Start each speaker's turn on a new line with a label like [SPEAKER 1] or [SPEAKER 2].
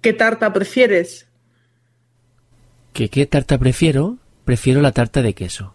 [SPEAKER 1] ¿Qué tarta prefieres?
[SPEAKER 2] ¿Que qué tarta prefiero? Prefiero la tarta de queso.